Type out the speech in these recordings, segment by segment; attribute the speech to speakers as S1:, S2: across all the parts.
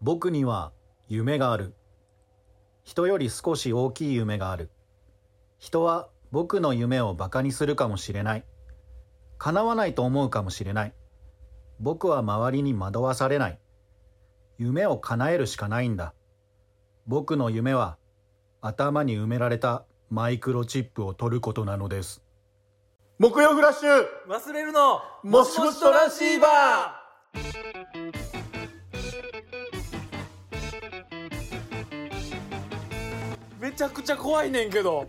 S1: 僕には夢がある。人より少し大きい夢がある。人は僕の夢を馬鹿にするかもしれない。叶わないと思うかもしれない。僕は周りに惑わされない。夢を叶えるしかないんだ。僕の夢は頭に埋められたマイクロチップを取ることなのです。
S2: 木曜フラッシュ
S3: 忘れるの
S2: もしもしトランシーバ
S3: ーめちゃくちゃ怖いねんけど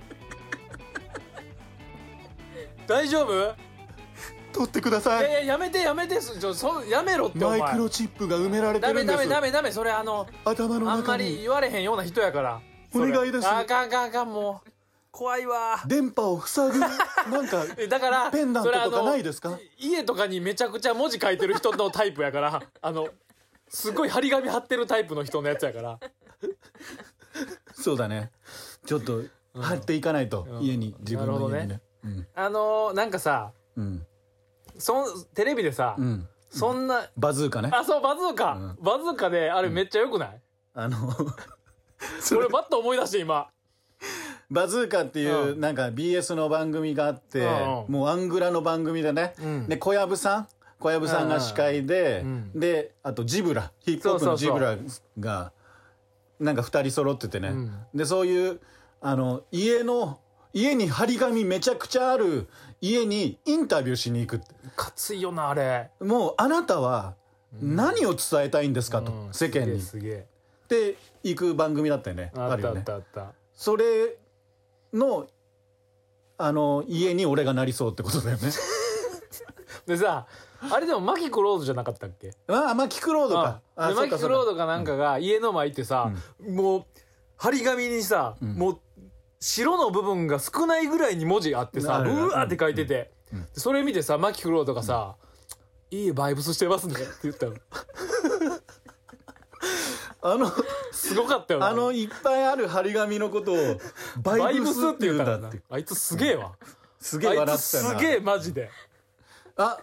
S3: 大丈夫い
S2: 取ってください
S3: やいややめてやめてすちょそやめろってお
S2: マ
S3: 前
S2: イクロチップが埋められて
S3: ダ
S2: る
S3: メ
S2: んで
S3: ダ
S2: す
S3: メダメダメそれあの
S2: 頭の
S3: あんま
S2: 中
S3: り
S2: に
S3: 言われへんような人やから
S2: お願いです
S3: それあかんあかんあかんもう怖いわ
S2: 電波を塞 ぐなんか
S3: えだから
S2: ペンダント
S3: それあの
S2: とかないですか
S3: 家とかにめちゃくちゃ文字書いてる人のタイプやから あのすごい張り紙貼ってるタイプの人のやつやから
S1: そうだね。ちょっと貼っていかないと、
S3: うん
S1: 家に、自分の家に
S3: な
S1: ね。うん
S3: あのーなんかさ
S1: うん
S3: そんテレビでさ、
S1: うん
S3: そんな
S1: バズーカね。
S3: あそうバズーカ、
S1: う
S3: バズーカであれめっちゃよくない、
S1: あの、 それ
S3: 俺バッと思い出して今
S1: バズーカっていう、
S3: うん
S1: なんか BS の番組があって、
S3: うんうん
S1: もうアングラの番組でね、
S3: うん
S1: で小籔さん小籔さんが司会で、
S3: うん
S1: であとジブラヒップホップのジブラがなんか2人揃っててね、
S3: ん
S1: でそういうあの家の家に張り紙めちゃくちゃある家にインタビューしに行くって
S3: かついよなあれ
S1: もうあなたは何を伝えたいんですかと、
S3: うん
S1: 世間にっ
S3: すげえ
S1: て行く番組だったよね
S3: すげえあ
S1: あ
S3: っ
S1: る
S3: たあ
S1: よ
S3: っ
S1: ね
S3: たあった
S1: それの、あの、家に俺がなりそうってことだよ ね。
S3: でさあれでもマキクロードじゃなかったっけ
S1: ああ、マキクロードか。
S3: あ
S1: あ
S3: で
S1: そ
S3: マ
S1: っ
S3: キ
S1: かそ
S3: ク
S1: っか
S3: ロードかなんかが家の前行ってさ、もう張り紙にさ、
S1: ん
S3: もう白の部分が少ないぐらいに文字あってさ
S1: あるある
S3: うわーって書いてて、でそれ見てさマキクロードがさ「いいバイブスしてますね」って言ったの
S1: あの、
S3: すごかったよな
S1: あの、いっぱいある張り紙のことを、
S3: バ
S1: バ
S3: イ
S1: イ
S3: ブ
S1: ブ
S3: ス
S1: ス
S3: っ
S1: ってて言う
S3: 言う
S1: ん
S3: た
S1: だ
S3: ら
S1: っ
S3: な
S1: て。
S3: あいつすげえわ
S1: すげえ
S3: あい
S1: 笑
S3: つ
S1: ってた
S3: す
S1: な。
S3: げえマジで
S1: あ、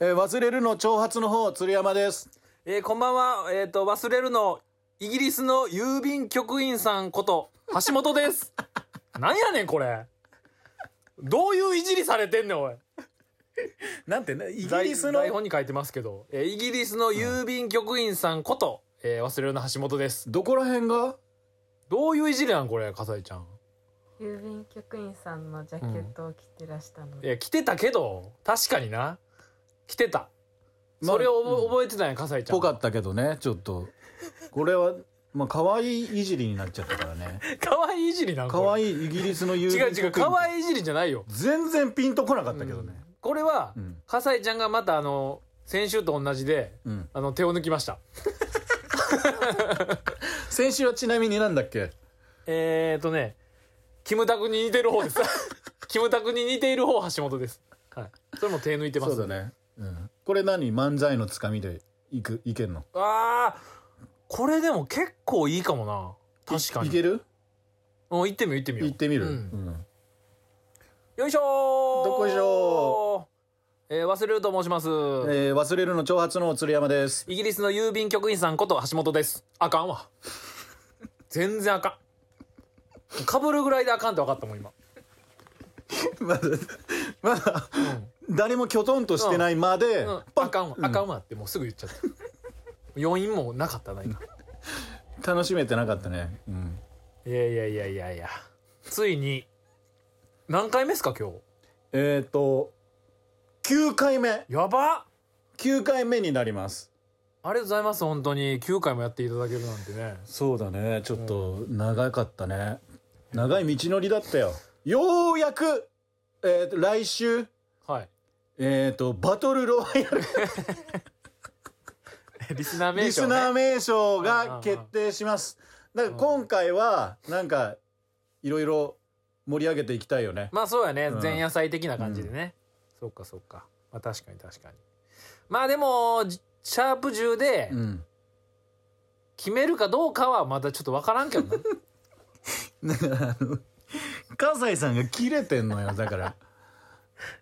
S1: えー忘れるの挑発の方、鶴山です。
S3: えーこんばんはえっ、と忘れるのイギリスの郵便局員さんこと橋本です なんやねんこれどういういじりされてんねんおい
S1: なんてね、イギ
S3: 台台本に書いてますけど、えーイギリスの郵便局員さんこと、えー忘れるの橋本です
S1: どこら辺が
S3: どういういじりなんこれ笠井ちゃん
S4: 郵便局員さんのジャケットを着てらしたの
S3: い
S4: で、
S3: や来てたけど確かにな来てた
S1: まあ
S3: それを覚,、
S1: うん
S3: 覚えてたんや笠井ちゃん
S1: ぽかったけどね、ちょっと。これは、まあ、可愛いいじりになっちゃったからね。
S3: 可愛いいじりな ん
S1: 可
S3: い
S1: 愛いイギリスの友
S3: 違う違う可
S1: い。
S3: 愛いいじりじゃないよ
S1: 全然ピンとこなかったけどね。
S3: これは、
S1: うん
S3: 笠井ちゃんがまたあの先週と同じで
S1: うん。
S3: あの手を抜きました
S1: 先週はちなみになんだっけ
S3: えー、とねキムタクに似てる方です キムタクに似ている方橋本です、はい、それも手抜いてます
S1: そうだね、うん、これ何漫才のつかみでいくいけんの
S3: ああこれでも結構いいかもな確かに
S1: いいける
S3: うん行ってみよう行ってみよう
S1: 行ってみる、
S3: う
S1: うんん
S3: よいしょー
S1: どこいしょ
S3: えー忘れると申します、
S1: えー忘れるの挑発の鶴山です
S3: イギリスの郵便局員さんこと橋本ですあかんわ全然あかんかぶるぐらいであかんって分かったもん今
S1: まだまだ、誰もきょとんとしてないまで、
S3: うん
S1: パ
S3: あかんわあかんわってもうすぐ言っちゃった余韻もなかったな今
S1: 楽しめてなかったね、うん、
S3: いやいやいやいやいやついに何回目ですか今日
S1: えっ、と9回目
S3: やばっ
S1: 9回目になります
S3: ありがとうございます本当に9回もやっていただけるなんてね
S1: そうだねちょっと長かったね、長い道のりだったよようやく、えーと来週
S3: はい
S1: えっ、とバトルロワイヤル
S3: リスナー名
S1: リ
S3: 称、
S1: ス
S3: ね、
S1: ナー名称
S3: うんうんう
S1: が
S3: ん
S1: 決定します。だから今回は、なんか、いろいろ盛り上げていきたいよね。
S3: まあそうやね、
S1: うん
S3: 前夜祭的な感じでね、そうかそうかまあ確かに確かにまあでもじシャープ10で
S1: うん。
S3: 決めるかどうかはまだちょっと分からんけどな
S1: だから、あの、関西さんが切れてんのよ、だから。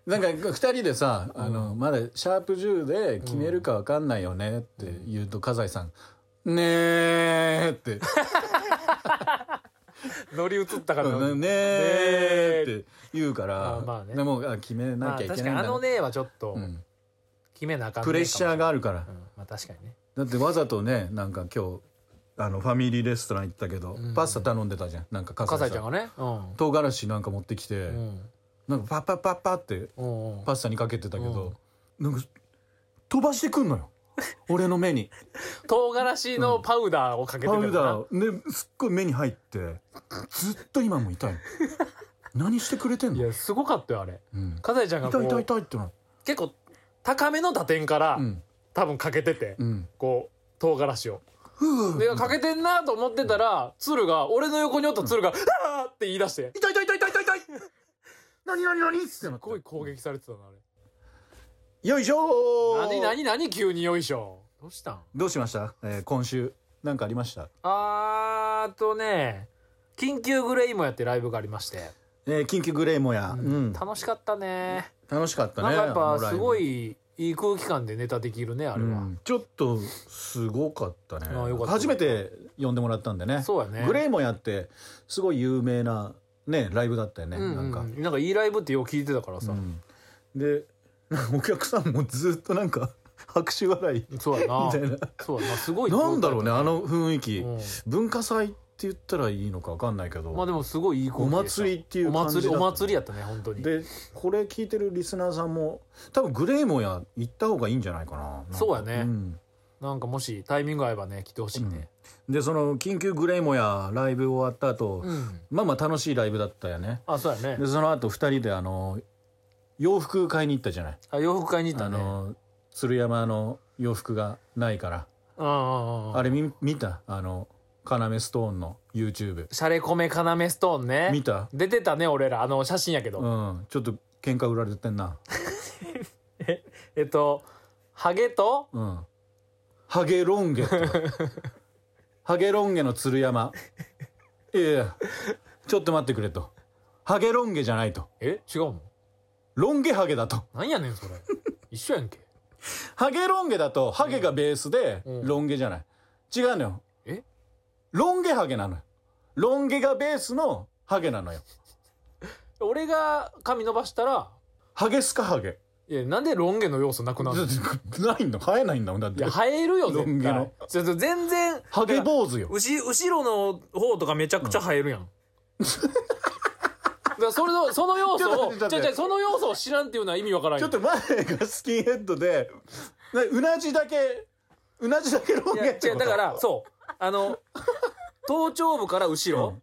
S1: なんか、二人でさ、あの、まだ、シャープ10で決めるかわかんないよねって言うと、関西さん、
S2: ねえって。
S3: 乗り移ったから
S2: うんね
S3: え
S2: えって言うから、
S3: あまあね
S2: でもあ決め
S3: ま
S2: な
S3: あ
S2: きゃいけない
S3: 確
S2: ん
S3: か
S2: だ
S3: に
S2: な
S3: あのねはちょっと
S2: うん
S3: 決めなあかんね
S1: プレッシャーがあるから
S3: う。んまあ確かにね
S1: だってわざとね、なんか今日、あの、ファミリーレストラン行ったけど
S3: う、ん
S1: パスタ頼んでたじゃん。なんか、
S3: 笠
S1: 笠
S3: 井
S1: 井
S3: ち
S1: ち
S3: ゃ
S1: ゃ
S3: ん
S1: ん
S3: が
S1: が。
S3: ねうん
S1: 唐辛子なんか持ってきて
S3: う、ん
S1: なんかパッパッパッパって
S3: うんうん
S1: パスタにかけてたけど、なんか、飛ばしてくんの よ。俺の目に。
S3: 唐辛子のパウダーをかけて
S1: パ
S3: た
S1: ウダー、ね、すっごい目に入って、ずっと今も痛いの。何してくれてん
S3: い
S1: の
S3: やすごかったよあれ
S1: うん
S3: 笠井ちゃんがこ
S1: 痛い痛いう痛いってなる。
S3: 結構高めの打点から
S1: うん。
S3: 多分かけてて
S1: うん。
S3: こう唐辛子をでかけてんなと思ってたら鶴が俺の横におった鶴が「あーって言い出して
S1: 痛い痛い痛い痛い痛い痛い何何何ってす
S3: すごい攻撃されてたなあれ
S1: よいしょー
S3: 何何何急によいしょどうしたん
S1: どうしました、えー今週なんかありました、
S3: あーっとね緊急グレイもやってライブがありまして、
S1: えー、キンキグレイもや、うん、
S3: 楽しかったね
S1: 楽しかったね
S3: なんかやっぱすご
S1: い
S3: いいい空気感でネタできるねあれは、
S1: ちょっとすごかったね
S3: あよかった
S1: 初めて呼んでもらったんでね
S3: そうやね
S1: グレイもやってすごい有名なねライブだったよね、
S3: うんうん、
S1: なんか、
S3: なんかいいライブってよう聞いてたからさ、
S1: うんで お客さんもずっとなんか 拍手笑い
S3: そうやな
S1: みたいな
S3: そうやなすごい
S1: なんだろうねあの雰囲気、
S3: うん
S1: 文化祭って言ったらいいのか分かんないけど、
S3: まあでもすごいいい空気でした
S1: お祭りっていう感じだった
S3: お祭りお祭りやったね本当に
S1: でこれ聞いてるリスナーさんも多分グレイモや行った方がいいんじゃないかななんか
S3: そうやね
S1: ん
S3: なんかもしタイミング合えばね来てほしいね
S1: でその緊急グレイモやライブ終わった後、
S3: うん、
S1: まあまあ楽しいライブだったよね
S3: あそうや
S1: で
S3: ね
S1: その後二人であの洋服買いに行ったじゃない、
S3: あ洋服買いに行っ
S1: あ
S3: たね
S1: の鶴山の洋服がないから、
S3: うんうんうん
S1: あれ見見たあの要ストーンの YouTube
S3: シャレコメ要ストーンね
S1: 見た
S3: 出てたね俺らあの写真やけど、
S1: うんちょっと喧嘩売られてんな
S3: えっとハゲと
S1: うんハゲロンゲ ってハゲロンゲの鶴山いやいやちょっと待ってくれとハゲロンゲじゃないと
S3: え違うの
S1: ロンゲハゲだと
S3: なんやねんそれ 一緒やんけ
S1: ハゲロンゲだとハゲがベースで
S3: うん
S1: ロンゲじゃない違うのよ
S3: え
S1: ロンゲハゲなのよロンゲがベースのハゲなのよ
S3: 俺が髪伸ばしたら
S1: ハゲスカハゲ
S3: いやなんでロン毛の要素なくなるのい
S1: ないの生えないんだもんだって
S3: や生えるよ
S1: ロン
S3: 絶
S1: 毛
S3: 対
S1: の
S3: ちょっと全然
S1: ハゲ坊主よ
S3: 後後ろの方とかめちゃくちゃ生えるやん、 だからそれのその要
S1: ち
S3: 素
S1: ょ
S3: を
S1: っと待ってち
S3: じ
S1: ょ
S3: ゃ
S1: っと待って
S3: じゃその要素を知らんっていうのは意味わからん
S1: ちょ
S3: よ
S1: っと前がスキンヘッドで、なうなじだけ、うなじだけロン
S3: い
S1: 毛
S3: や
S1: って
S3: 違
S1: こ
S3: う
S1: と
S3: だからそうあの頭頂部から後ろ、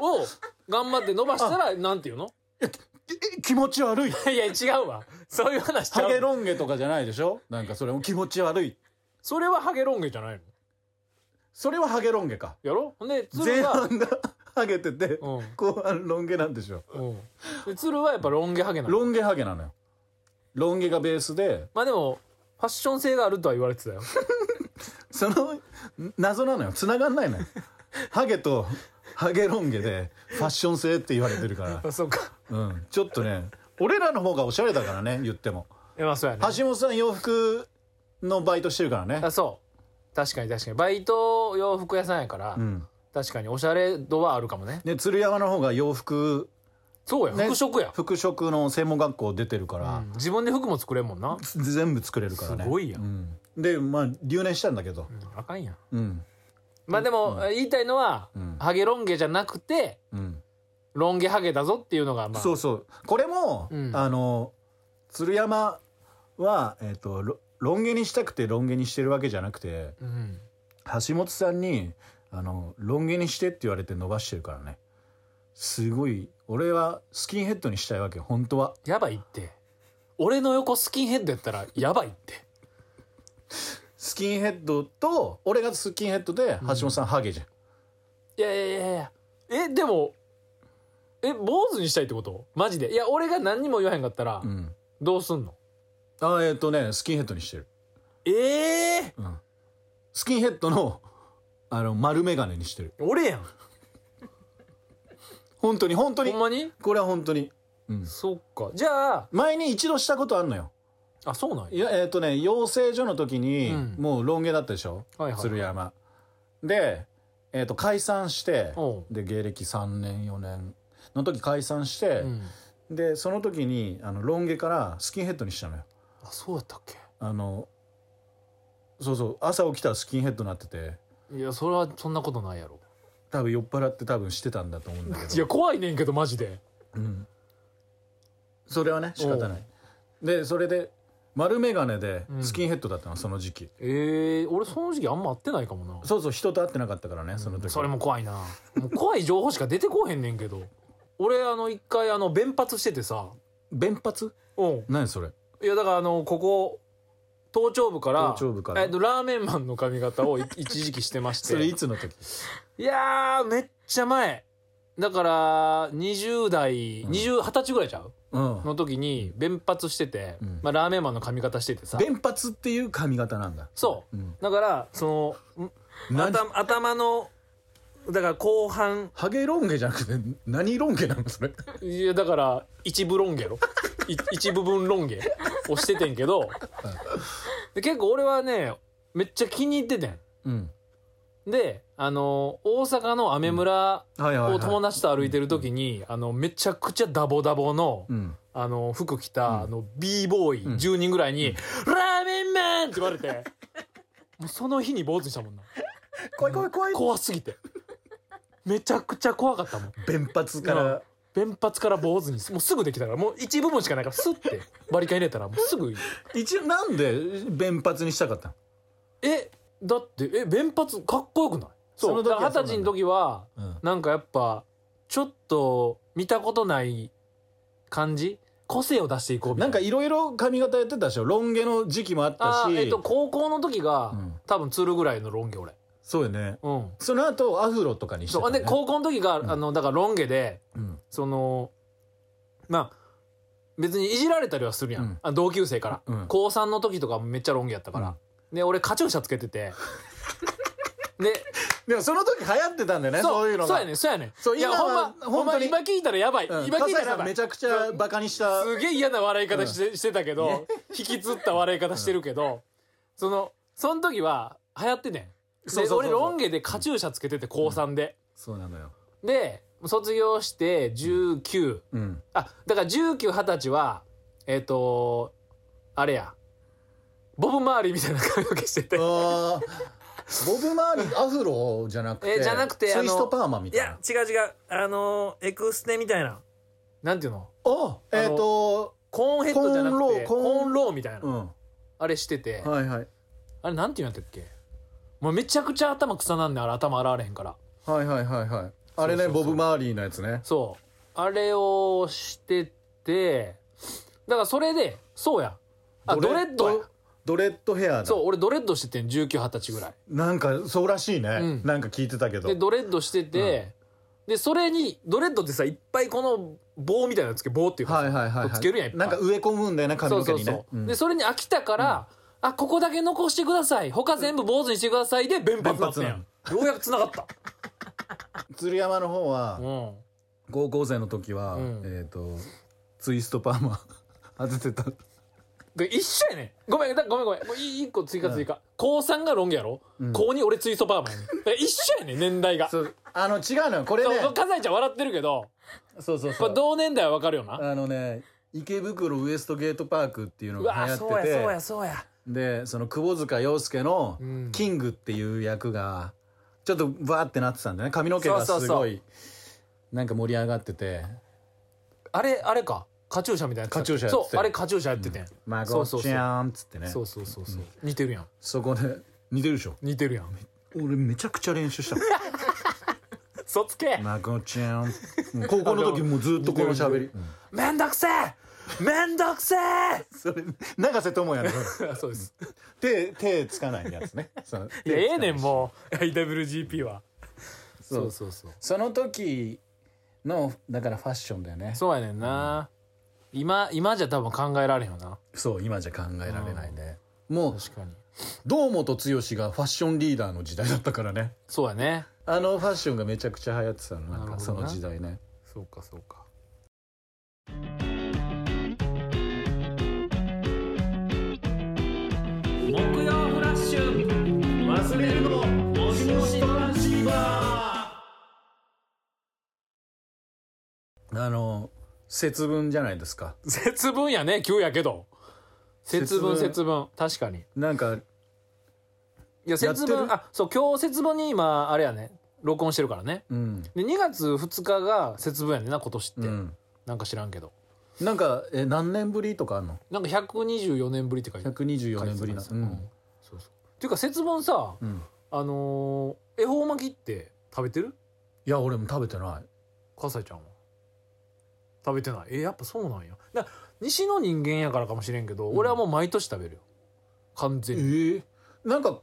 S3: を頑張って伸ばしたらなんていうの
S1: え気持ち悪い。
S3: いや違うわそういう話ちゃ
S1: ハ
S3: う
S1: ゲロン毛とかじゃないでしょなんかそれも気持ち悪い。
S3: それはハゲロン毛じゃないの
S1: それはハゲロン毛か。
S3: やろほんで
S1: 前
S3: 鶴は
S1: 半が ハゲてて、
S3: うん
S1: 後半ロン毛なんでしょ
S3: うんで鶴はやっぱロン毛ハゲなの
S1: ロン毛ハゲなのよ。ロン毛がベースで、
S3: まあでもファッション性があるとは言われてたよ
S1: その、ん謎なのよ。繋がんないのよ。ハゲと、ハゲロン毛で、ファッション性って言われてる から。
S3: あ そうか
S1: うん。ちょっとね、俺らの方がおしゃれだからね、言っても。
S3: えまあそうやね
S1: 橋本さん洋服のバイトしてるからね
S3: あそう確かに確かにバイト洋服屋さんやから、
S1: うん
S3: 確かにおしゃれ度はあるかもね
S1: で鶴山の方が洋服
S3: そうや
S1: ね
S3: 服飾や、
S1: 服飾の専門学校出てるか
S3: う
S1: ら
S3: ん、自分で服も作れんもんな
S1: 全部作れるからね
S3: すごいやん
S1: うんでまあ留年したんだけど
S3: あかんやん
S1: うん
S3: まあでも、言いたいのは、
S1: うん
S3: ハゲロン毛じゃなくて
S1: うん
S3: ロン毛ハゲだぞっていうのがまあ
S1: そうそうこれも
S3: うん
S1: あの鶴山はえっとロロン毛にしたくてロン毛にしてるわけじゃなくて
S3: うん、
S1: 橋本さんにあのロン毛にしてって言われて伸ばしてるからねすごい俺はスキンヘッドにしたいわけよ本当は
S3: やばいって俺の横スキンヘッドやったらやばいって
S1: スキンヘッドと俺がスキンヘッドで橋本さんハゲじゃん、
S3: いやいやいやいやえでもえ坊主にしたいってことマジでいや俺が何にも言わへんかったら、
S1: うん
S3: どうすんの
S1: あえっ、とねスキンヘッドにしてる、
S3: ええ
S1: うん、スキンヘッドのあの丸眼鏡にしてる
S3: 俺やん
S1: 本当に本当
S3: ほ
S1: に
S3: んまに
S1: これは本当に、うん、
S3: そっかじゃあ
S1: 前に一度したことあんのよ
S3: あそうなん
S1: い
S3: や
S1: やえっ、とね養成所の時に、
S3: うん
S1: もうロン毛だったでしょ、
S3: はいはい
S1: 鶴山で、えっと解散して
S3: おう
S1: で芸歴3年4年の時解散して
S3: う、ん
S1: でその時にあのロン毛からスキンヘッドにしたのよ
S3: あそうやったっけ
S1: あのそうそう朝起きたらスキンヘッドになってて
S3: いやそれはそんなことないやろ
S1: 多分酔っ払って多分してたんだと思うんだけど
S3: いや怖いねんけどマジで
S1: うん、それはね仕方ないでそれで丸眼鏡で
S3: うん
S1: スキンヘッドだったの、その時期
S3: ええ俺その時期あんま会ってないかもな
S1: そうそう人と会ってなかったからねその時
S3: それも怖いなもう怖い情報しか出てこうへんねんけど 俺あの一回あの弁髪しててさ
S1: 弁髪
S3: うん
S1: 何それ
S3: いやだからあのここ頭頂部から
S1: 頭頂部から
S3: えっとラーメンマンの髪型をい 一時期してまし
S1: それ
S3: て
S1: いつの時
S3: いやーめっちゃ前だから20代
S1: うん
S3: 二十二十歳ぐらいちゃう
S1: うん
S3: の時に弁髪してて、
S1: うん
S3: まあ、ラーメンマンの髪型しててさ
S1: 弁髪っていう髪型なんだ、
S3: そう
S1: ん、
S3: うだからそのん
S1: 何
S3: 頭頭のだから後半
S1: ハゲロン毛じゃなくて何ロン毛なのそれ
S3: いやだから一部ロン毛やろい一部分ロン毛をしててんけどで結構俺はねめっちゃ気に入っててん
S1: うん
S3: であの大阪の雨村
S1: はいはい、はい、
S3: を友達と歩いてる時に、あのめちゃくちゃダボダボの,、
S1: うん
S3: あの服着た、あの b ボーイ
S1: うん
S3: 10人ぐらいに「ラーメンマン!」って言われてもうその日に坊主にしたもんな
S1: 怖い怖い怖い
S3: 怖すぎてめちゃくちゃ怖かったもん
S1: 弁髪から
S3: 弁髪から坊主にすもうすぐできたからもう一部分しかないからスッてバリカン入れたらもうすぐ
S1: 一応なんで弁髪にしたかったの
S3: えだってえ弁髪かっこよくない
S1: そ
S3: そう
S1: の時
S3: だから
S1: はそうなんだ
S3: 二十歳の時は
S1: うん
S3: なんかやっぱちょっと見たことない感じ個性を出していこうみた
S1: ないん
S3: な
S1: かいろいろ髪型やってたでしょロン毛の時期もあった
S3: あ
S1: し
S3: ーえっと高校の時が、
S1: うん
S3: 多分鶴ぐらいのロン毛俺
S1: そうよね
S3: うん
S1: その後アフロとかにして
S3: そう
S1: た、ね、
S3: で高校の時が、
S1: うん
S3: あのだからロン毛で
S1: うん
S3: そのまあ別にいじられたりはするやん、
S1: うん
S3: あ同級生から、
S1: うん
S3: 高3の時とかもめっちゃロン毛やったから、で俺カチューシャつけて てで
S1: でもその時流行ってたんだよねそういうのが
S3: やねんそうやねん
S1: そう
S3: いや
S1: 今
S3: ほん
S1: は
S3: まほん
S1: 本
S3: ま
S1: 当に
S3: 今聞いたらやばい、
S1: うん
S3: 今聞
S1: 笠井
S3: いたらや
S1: さん
S3: ば
S1: め
S3: い
S1: ちゃくちゃバカにした
S3: すげえ嫌な笑い方して,、してたけど、引きつった笑い方してるけど、そのその時は流行ってねん
S1: そうそうそうそう
S3: で俺ロン毛でカチューシャつけてて高3で、
S1: そうなのよ
S3: で卒業して19、
S1: うん
S3: あだから1920歳はえっ、とあれやボブ周りみたいな髪の毛してて
S1: あーボブ周りアフロじゃなくて
S3: えじゃなくて
S1: ツ
S3: あの
S1: イストパーマみたいな
S3: 違う違うあのエクステみたいななんていうの
S1: あえっ、と
S3: コーンヘッドじゃなくて
S1: コ
S3: コ
S1: ー
S3: ー
S1: ン
S3: ン
S1: ローコーン
S3: ローみたいな、
S1: うん
S3: あれしてて、
S1: はいはい
S3: あれなんていうんやったっけもうめちゃくちゃ頭草なんねんあれ頭洗われへんから
S1: はいはいはいはいあれね
S3: そうそうそ
S1: ボ
S3: う
S1: ブ周りのやつね
S3: そうあれをしててだからそれでそうやあドレッドや
S1: ドレッドヘアだ
S3: そう俺ドレッドしててん1920歳ぐらい
S1: なんかそうらしいね、
S3: うん
S1: なんか聞いてたけど
S3: でドレッドしてて、でそれにドレッドってさいっぱいこの棒みたいなのつけ棒っていうかさ
S1: はいはいはい、はい、
S3: つけるやんいっぱい
S1: なんか植え込むんだよね髪
S3: そ
S1: の毛
S3: うそう
S1: に
S3: そ
S1: ね
S3: う、
S1: うん
S3: でそれに飽きたから、あここだけ残してください他全部坊主にしてくださいで弁髪だったやん
S1: 弁
S3: ようやく繋がった
S1: 鶴山の方は
S3: うん
S1: 高校生の時は、
S3: うん
S1: えっ、とツイストパー マ当ててた
S3: で一緒やねんごめんだごめんごめんもういい一個追加追加、高3がロン毛やろ、高2俺ツイストパーマやねんだから一緒やねん年代が
S1: そうあの違うのよこれね
S3: そう笠井ちゃん笑ってるけど
S1: そうそう
S3: こ
S1: そ
S3: れ
S1: う
S3: 同年代はわかるよな
S1: あのね池袋ウエストゲートパークっていうのが流行ってて
S3: そうや
S1: でその窪塚洋介の
S3: うん
S1: キングっていう役がちょっとバーってなってたんだよね髪の毛がすごい
S3: そうそう
S1: なんか盛り上がってて
S3: あれあれかカチューシャみたいなやつ
S1: カチューシャやってたよ
S3: そうあれカチューシャやっててん、
S1: 「まあ
S3: そ
S1: ご
S3: う
S1: っ
S3: そう
S1: ち
S3: そう
S1: ゃん」っつってね
S3: そうそうそうそう似てるやん
S1: そこで似てるでしょ
S3: 似てるやん
S1: 俺めちゃくちゃ練習 した
S3: そつけ
S1: マコちゃん。高校の時もうずっとこの喋り。
S3: めんどくせえめんどくせえ
S1: それ、永瀬智也の。
S3: そうです
S1: 手、手つかないやつね。その
S3: いやええねんもう IWGP は
S1: そ
S3: そううそうそう
S1: その時の、だからファッションだよね。
S3: そうやねんな、今今じゃ多分考えられへんよな
S1: そう、今じゃ考えられないね。もう、
S3: 確かに
S1: 堂本剛がファッションリーダーの時代だったからね。
S3: そうやね
S1: あのファッションがめちゃくちゃ流行ってたの、なん
S3: な
S1: か
S3: る
S1: そ
S3: ほ
S1: の
S3: どな
S1: 時代ね。
S3: そうかそうか
S1: あの節分じゃないですか
S3: 節分やね急やけど節分節
S1: 節
S3: 分確かに
S1: なんか
S3: い
S1: や
S3: や節
S1: って
S3: 分
S1: る
S3: あそう今日節分に今あれやね録音してるからね
S1: うん、
S3: で2月2日が節分やねんな今年って、
S1: うん、
S3: なんか知らんけど
S1: なんかえ何年ぶりとかあんの
S3: なんか124年ぶりって書いてある
S1: 124年ぶりな
S3: 書いて
S1: う
S3: たうん
S1: ん、
S3: そうそうっていうか節分さ
S1: うん、
S3: あのー恵方巻きって食べてる
S1: いや俺も食べてない
S3: 笠井ちゃんは食べてないえやっぱそうなんやだ西の人間やからかもしれんけど、
S1: うん
S3: 俺はもう毎年食べるよ完全に
S1: ええなんか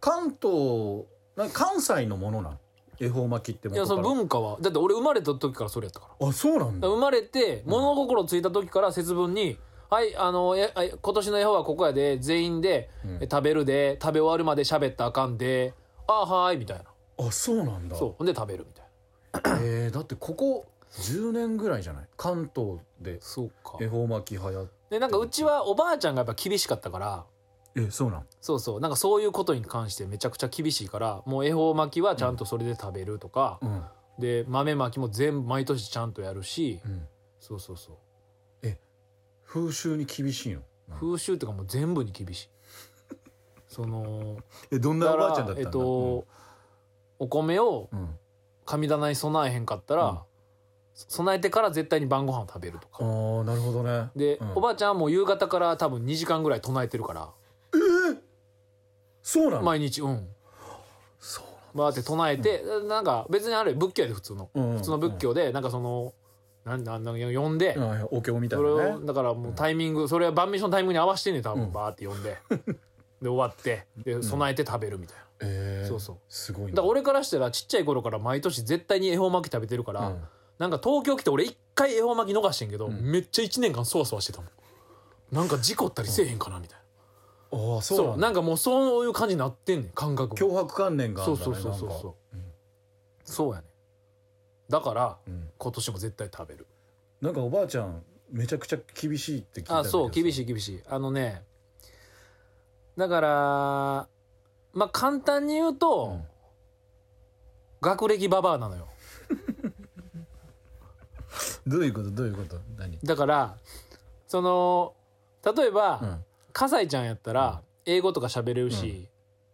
S1: 関東なんか関西のものなん恵方巻きって
S3: い
S1: も
S3: やその文化はだって俺生まれた時からそれやったから
S1: あそうなんだ
S3: だから生まれて物心ついた時から節分に「はいあのえあ今年の絵本はここやで全員で、
S1: うん
S3: え食べるで食べ終わるまで喋ったらあかんであーはーい」みたいな
S1: あそうなんだ
S3: そうほんで食べるみたいな
S1: えーだってここ10年ぐらいじゃない関東で
S3: そうか
S1: 恵方巻き流行っ
S3: でなんかうちはおばあちゃんがやっぱ厳しかったから
S1: えそうなん
S3: そうそうなんかそういうことに関してめちゃくちゃ厳しいからもう恵方巻きはちゃんとそれで食べるとか、
S1: うん
S3: で豆巻きも全部毎年ちゃんとやるし、
S1: うん
S3: そうそうそう
S1: 風習に厳しいの
S3: 風習とかもう全部に厳しいその
S1: えどん なおばあちゃんだったんだ
S3: えっと、お米を
S1: うんうん
S3: 神棚に備えへんかったら、
S1: うん
S3: 備えてから絶対に晩ご飯を食べると
S1: あ
S3: か
S1: ーなるほどね
S3: で、
S1: うん
S3: おばあちゃんはもう夕方から多分2時間ぐらい唱えてるから、
S1: そうなの
S3: 毎日うん
S1: そう
S3: バーって唱えて、なんか別にあれ仏教やで普通の、
S1: なの
S3: 普通の仏教でなんかそのなんなんなん呼んで、
S1: うんうんお経みたい
S3: それ
S1: な
S3: を
S1: ね
S3: だからもうタイミング、それは晩飯のタイミングに合わせてんねん多
S1: う
S3: 分
S1: ん
S3: バーって 呼んで、で終わってで備えて食べるみたいな、
S1: えー
S3: そうそう
S1: すごい
S3: だ
S1: ね
S3: から俺からしたらちっちゃい頃から毎年絶対に恵方巻き食べてるから、
S1: うん
S3: なんか東京来て俺一回恵方巻き逃してんけど、
S1: ん
S3: めっちゃ一年間そわそわしてたもんなんか事故ったりせえへんかなみたいな、
S1: ああそう
S3: そう
S1: なんだ
S3: なんかもうそういう感じになってんねん感覚が
S1: 脅迫観念がある
S3: そ
S1: ん
S3: う
S1: だね
S3: そうそうそ
S1: な
S3: う
S1: ん
S3: そ
S1: か
S3: う、そうやねだから
S1: うん
S3: 今年も絶対食べる
S1: なんかおばあちゃんめちゃくちゃ厳しいって聞いたんだ
S3: あ
S1: けど
S3: そう厳し
S1: い
S3: い厳しいあのねだからまあ簡単に言うと、
S1: うん
S3: 学歴ババアなのよ
S1: どういうことどういうこと何
S3: だからその例えば、
S1: うん
S3: 笠井ちゃんやったら英語とか喋れるし、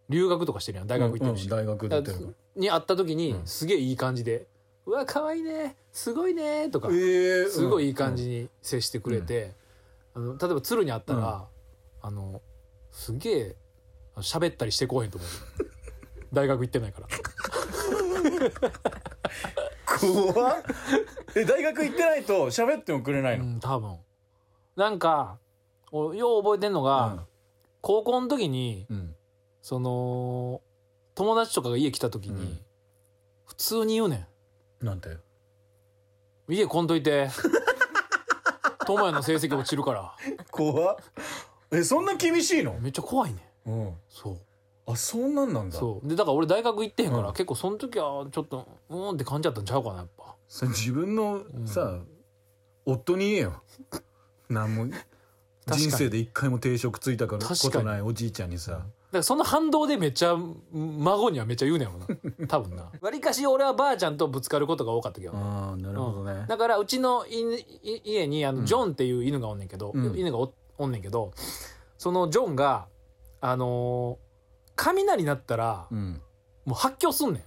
S3: 留学とかしてるやん大学行ってる
S1: う
S3: し、
S1: んうん大学出てるから
S3: に会った時に、
S1: うん
S3: すげえいい感じで「うわ可愛いねすごいね」とか、
S1: えー
S3: すごいいい感じに接してくれて、あの例えば鶴に会ったら、あのすげえあの喋ったりしてこうへんと思う 大学行ってないから
S1: 怖っえ大学行ってないと喋ってもくれないうの、
S3: ん多分なんかおよう覚えてんのが、高校の時に
S1: うんうん
S3: その友達とかが家来た時に、
S1: うん
S3: 普通に言うねん
S1: なんて
S3: 家こんといて友也の成績落ちるから
S1: 怖っえそんな厳しいの、
S3: めっちゃ怖いねん
S1: うん、
S3: そう
S1: あそんなんなんだ
S3: そうでだから俺大学行ってへんから、
S1: うん
S3: 結構その時はちょっとうーんって感じだったんちゃうかなやっぱ
S1: それ自分の
S3: ん
S1: さ、夫に言えよ何も
S3: かに
S1: 人生で一回も定職ついたから
S3: 確
S1: こ
S3: かに
S1: とないおじいちゃんにさ
S3: だからその反動でめっちゃ孫にはめっちゃ言うねんも な多分なわりかし俺はばあちゃんとぶつかることが多かったけど、
S1: ああなるほどね、
S3: だからうちの犬い家にあのジョンっていう犬がおんねんけど、
S1: うん
S3: 犬がおおんねんけどそのジョンがあのー雷鳴ったら
S1: うん
S3: もう発狂すんねん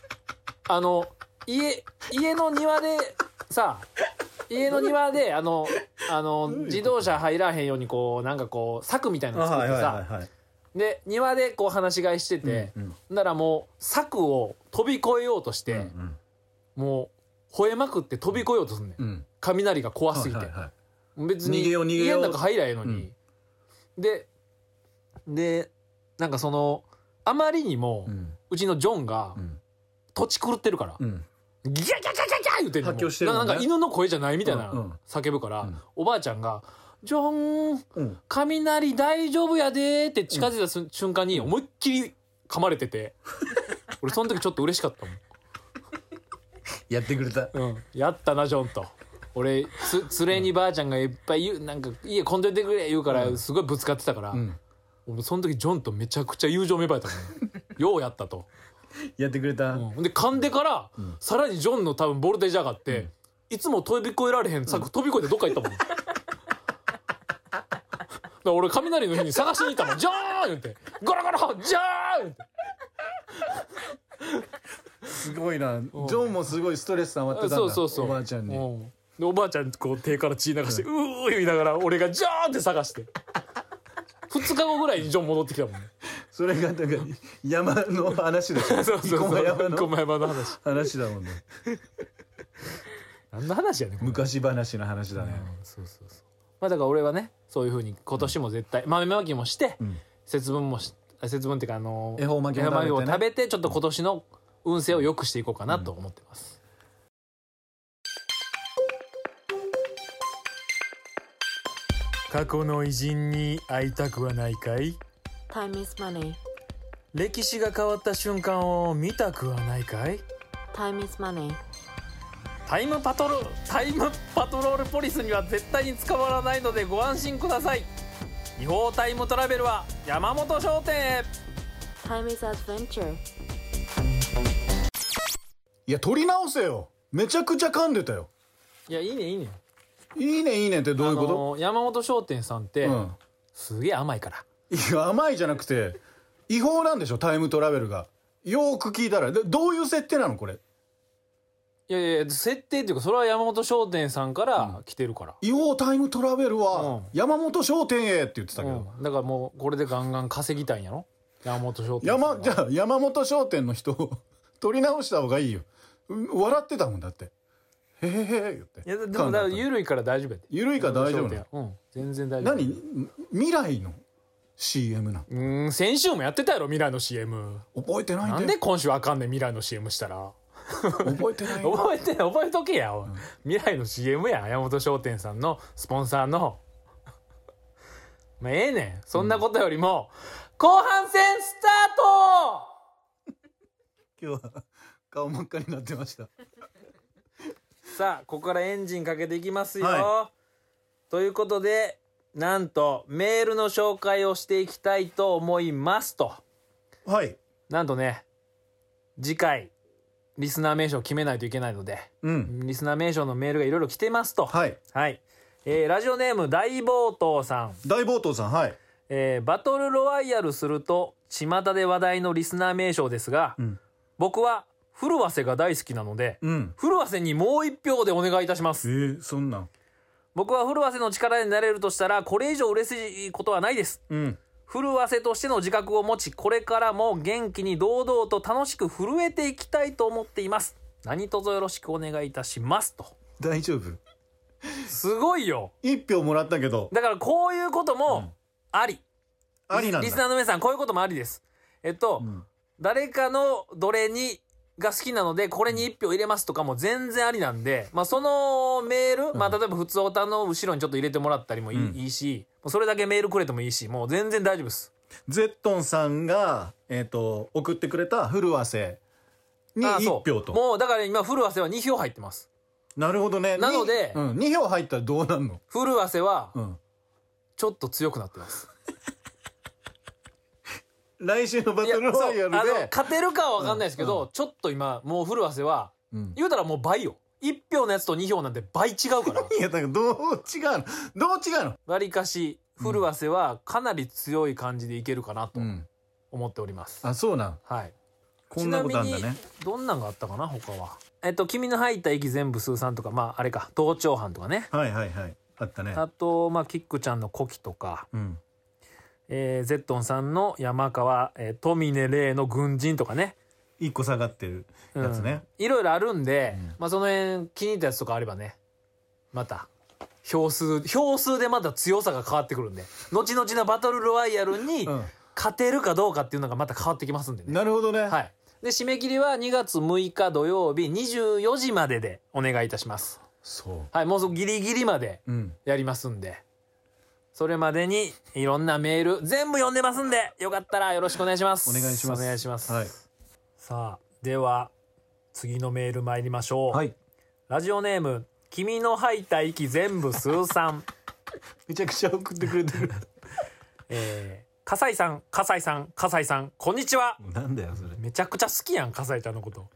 S3: あの家家の庭でさ家の庭であのあの自動車入らへんようにこうなんかこう柵みたいなの作ってさ、
S1: はい
S3: で庭でこう話し飼いしてて、
S1: うんうん
S3: ならもう柵を飛び越えようとして、
S1: うん
S3: もう吠えまくって飛び越えようとすんねん
S1: うん
S3: 雷が怖すぎて、
S1: はいはいはい
S3: 別に
S1: 逃げよう逃げよう
S3: 家の中入らへんのに、ででなんかそのあまりにも
S1: うん
S3: うちのジョンが
S1: うん
S3: 土地狂ってるから、
S1: うん
S3: ギャギャギャギャギャ言ってんの
S1: 発狂してるもんね
S3: なんか犬の声じゃないみたい
S1: うんうん
S3: な叫ぶから、
S1: うん
S3: おばあちゃんが「ジョン
S1: うん
S3: 雷大丈夫やで」って近づいたす瞬間に思いっきり噛まれ てて俺その時ちょっと嬉しかったもん
S1: やってくれた
S3: うん、やったなジョンと俺つ連れにばあちゃんがいっぱい言うなんか家こんどいてくれ言うからすごいぶつかってたから、
S1: うん
S3: 俺その時ジョンとめちゃくちゃ友情芽生 えたもんねようやったと、
S1: やってくれた、
S3: うん、で噛んでから、さらにジョンの多分ボルテージ上がって、いつも飛び越えられへん柵飛び越えてどっか行ったもん。だから俺雷の日に探しに行ったもん。じゃーん言って。ゴロゴロじゃーん言って。
S1: すごいなジョンもすごいストレス溜まってたんだ
S3: そうそうそう
S1: おばあちゃんに
S3: うでおばあちゃんこう手から血流して「うー」言いながら俺がジャーンって探して2日後ぐらいにジョン戻ってき たもんね
S1: それがなんか山の話でしょ
S3: そうそうそう
S1: 生駒山の
S3: 駒山の話
S1: 話だもんね
S3: 何の話やねんこれ
S1: 昔話の話だね
S3: うんそうそうそうまあだから俺はねそういうふうに今年も絶対豆まきもして、
S1: ん
S3: 節分もしあ節分っていうかあの
S1: 恵方巻き
S3: 恵
S1: も
S3: 方
S1: 食べてね
S3: 巻きを食べてちょっと今年の運勢を良くしていこうかなと思ってます、過去の偉人に会いたくはないかい
S4: タイムイズマネー
S3: 歴史が変わった瞬間を見たくはないかい
S4: タイムイズマネー
S3: タイムパトロタイムパトロールポリスには絶対に捕まらないのでご安心ください違法タイムトラベルは山本商店へ
S4: タイムイズアドベンチャー
S1: いや取り直せよめちゃくちゃ噛んでたよ
S3: いやいいねいいね
S1: いいねいいねってどういう
S3: あ
S1: こ
S3: のー山本商店さんって、
S1: と、
S3: すげえ甘いから
S1: うん、いや甘いじゃなくて違法なんでしょタイムトラベルがよーく聞いたらでどういう設定なのこれ
S3: いやいや設定っていうかそれは山本商店さんから来てるから、
S1: 違法タイムトラベル
S3: う
S1: は
S3: ん
S1: 山本商店へって言ってたけど、
S3: うんだからもうこれでガンガン稼ぎたいんやろ山本商店さんは
S1: 山じゃあ山本商店の人を 取り直した方がいいようん笑ってたもんだってへへへ言って
S3: いやでもだから緩いから大丈夫やで
S1: 緩いから大丈夫なの
S3: なうん全然大丈夫
S1: 何未来の CM なの
S3: うーん先週もやってたやろ未来の CM
S1: 覚えてない
S3: なんん
S1: だ
S3: で
S1: よ
S3: 今週あかんねん未来の CM したら
S1: 覚えてないよ
S3: 覚えて覚えとけや、おい未来の CM や山本商店さんのスポンサーの まあええねんそんなことよりも、後半戦スタート
S1: 今日は 顔真っ赤になってました
S3: さあここからエンジンかけていきますよ、
S1: は
S3: ということでなんとメールの紹介をしていきたいと思いますと
S1: はい
S3: なんとね次回リスナー名称を決めないといけないので
S1: うん
S3: リスナー名称のメールがいろいろ来てますとはい、
S1: はい
S3: えーラジオネーム大暴騰さん、
S1: 大冒頭さんはい
S3: えーバトルロワイヤルすると巷で話題のリスナー名称ですが、
S1: ん
S3: 僕は古早が大好きなので、
S1: うん
S3: 古早にもう一票でお願いいたします
S1: えー、そんなん
S3: 僕は古瀬の力になれるとしたらこれ以上嬉しいことはないです
S1: うん
S3: 古瀬としての自覚を持ちこれからも元気に堂々と楽しく震えていきたいと思っています何卒よろしくお願いいたしますと
S1: 大丈夫
S3: すごいよ
S1: 一票もらったけど
S3: だからこういうこともあり、
S1: ありなん
S3: リス
S1: だ
S3: ナーの皆さんこういうこともありですえっと、
S1: ん
S3: 誰かのどれにが好きなのでこれに1票入れますとかも全然ありなんで、まあ、そのメール、まあ、例えば普通おたの後ろにちょっと入れてもらったりもいい,、
S1: うん
S3: いいしもうそれだけメールくれてもいいしもう全然大丈夫です
S1: ゼットンさんが、えっと送ってくれた古和瀬に
S3: ああ
S1: 一
S3: そ
S1: 票
S3: う
S1: と
S3: もうだから今古瀬は2票入ってます
S1: なるほどね
S3: なので
S1: にうん、2票入ったらどうなんの、
S3: 古瀬は
S1: うん、
S3: ちょっと強くなってます、
S1: 来週のバ
S3: いや
S1: トルロ
S3: そう
S1: ワイヤル
S3: あの
S1: で
S3: 勝てるかは分かんないですけど、
S1: うん
S3: ちょっと今もう古瀬は
S1: うん
S3: 言うたらもう倍よ1票のやつと2票なんて倍違 うから
S1: いやだからどう違うのどう違うの、
S3: わりかし古瀬はかなり強い感じでいけるかなと
S1: うん、
S3: 思っております、
S1: あそうなん
S3: はい
S1: こんなことあんだ
S3: ちなみ
S1: ね
S3: にどんなんがあったかな他はえっと君の入った息全部数さんとかまああれか盗聴犯とかね
S1: はいはいはいあったね
S3: あとまあキックちゃんの古希とか、
S1: うん
S3: えー、ゼットンさんの山川、えー、富根礼の軍人とかね
S1: 一個下がってる
S3: うん
S1: やつね、
S3: いろいろあるんで、
S1: うん
S3: まあその辺気に入ったやつとかあればねまた票数票数でまた強さが変わってくるんで後々のバトルロワイヤルに、
S1: うん
S3: 勝てるかどうかっていうのがまた変わってきますんでね。
S1: なるほどね、
S3: はい。で、締め切りは2月6日土曜日24時まででお願いいたします。
S1: そ
S3: はい、もうそギリギリまで
S1: ううん
S3: やりますんで。それまでにいろんなメール全部読んでますんで、よかったらよろしくお願いします。
S1: お願いします
S3: お願いします。
S1: はい
S3: さあ、では、次のメール参りましょう。
S1: はい
S3: ラジオネーム、君の吐いた息全部数三。
S1: めちゃくちゃ送ってくれてる
S3: えー、笠井さん、笠井さん、笠井さん、こんにちは。
S1: なんだよそれ
S3: めちゃくちゃ好きやん、笠井ちゃんのこと。